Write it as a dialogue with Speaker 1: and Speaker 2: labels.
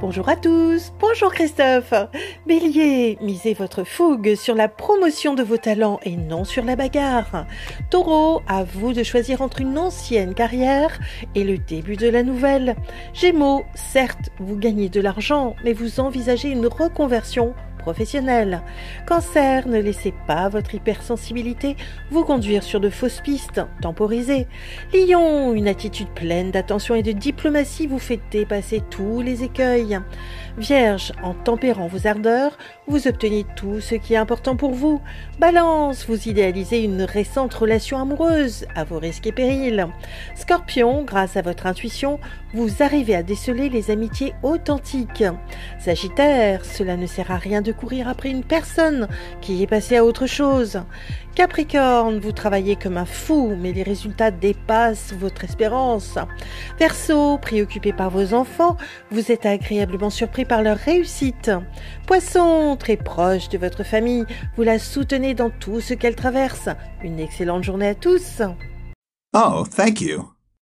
Speaker 1: Bonjour à tous, bonjour Christophe. Bélier, misez votre fougue sur la promotion de vos talents et non sur la bagarre. Taureau, à vous de choisir entre une ancienne carrière et le début de la nouvelle. Gémeaux, certes, vous gagnez de l'argent, mais vous envisagez une reconversion professionnelle. Cancer, ne laissez pas votre hypersensibilité vous conduire sur de fausses pistes, temporisez. Lion, une attitude pleine d'attention et de diplomatie vous fait dépasser tous les écueils. Vierge, en tempérant vos ardeurs, vous obtenez tout ce qui est important pour vous. Balance, vous idéalisez une récente relation amoureuse à vos risques et périls. Scorpion, grâce à votre intuition, vous arrivez à déceler les amitiés authentiques. Sagittaire, cela ne sert à rien de courir après une personne qui est passée à autre chose. Capricorne, vous travaillez comme un fou, mais les résultats dépassent votre espérance. Verseau, préoccupé par vos enfants, vous êtes agréablement surpris par leur réussite. Poisson, très proche de votre famille, vous la soutenez dans tout ce qu'elle traverse. Une excellente journée à tous.
Speaker 2: Oh, thank you.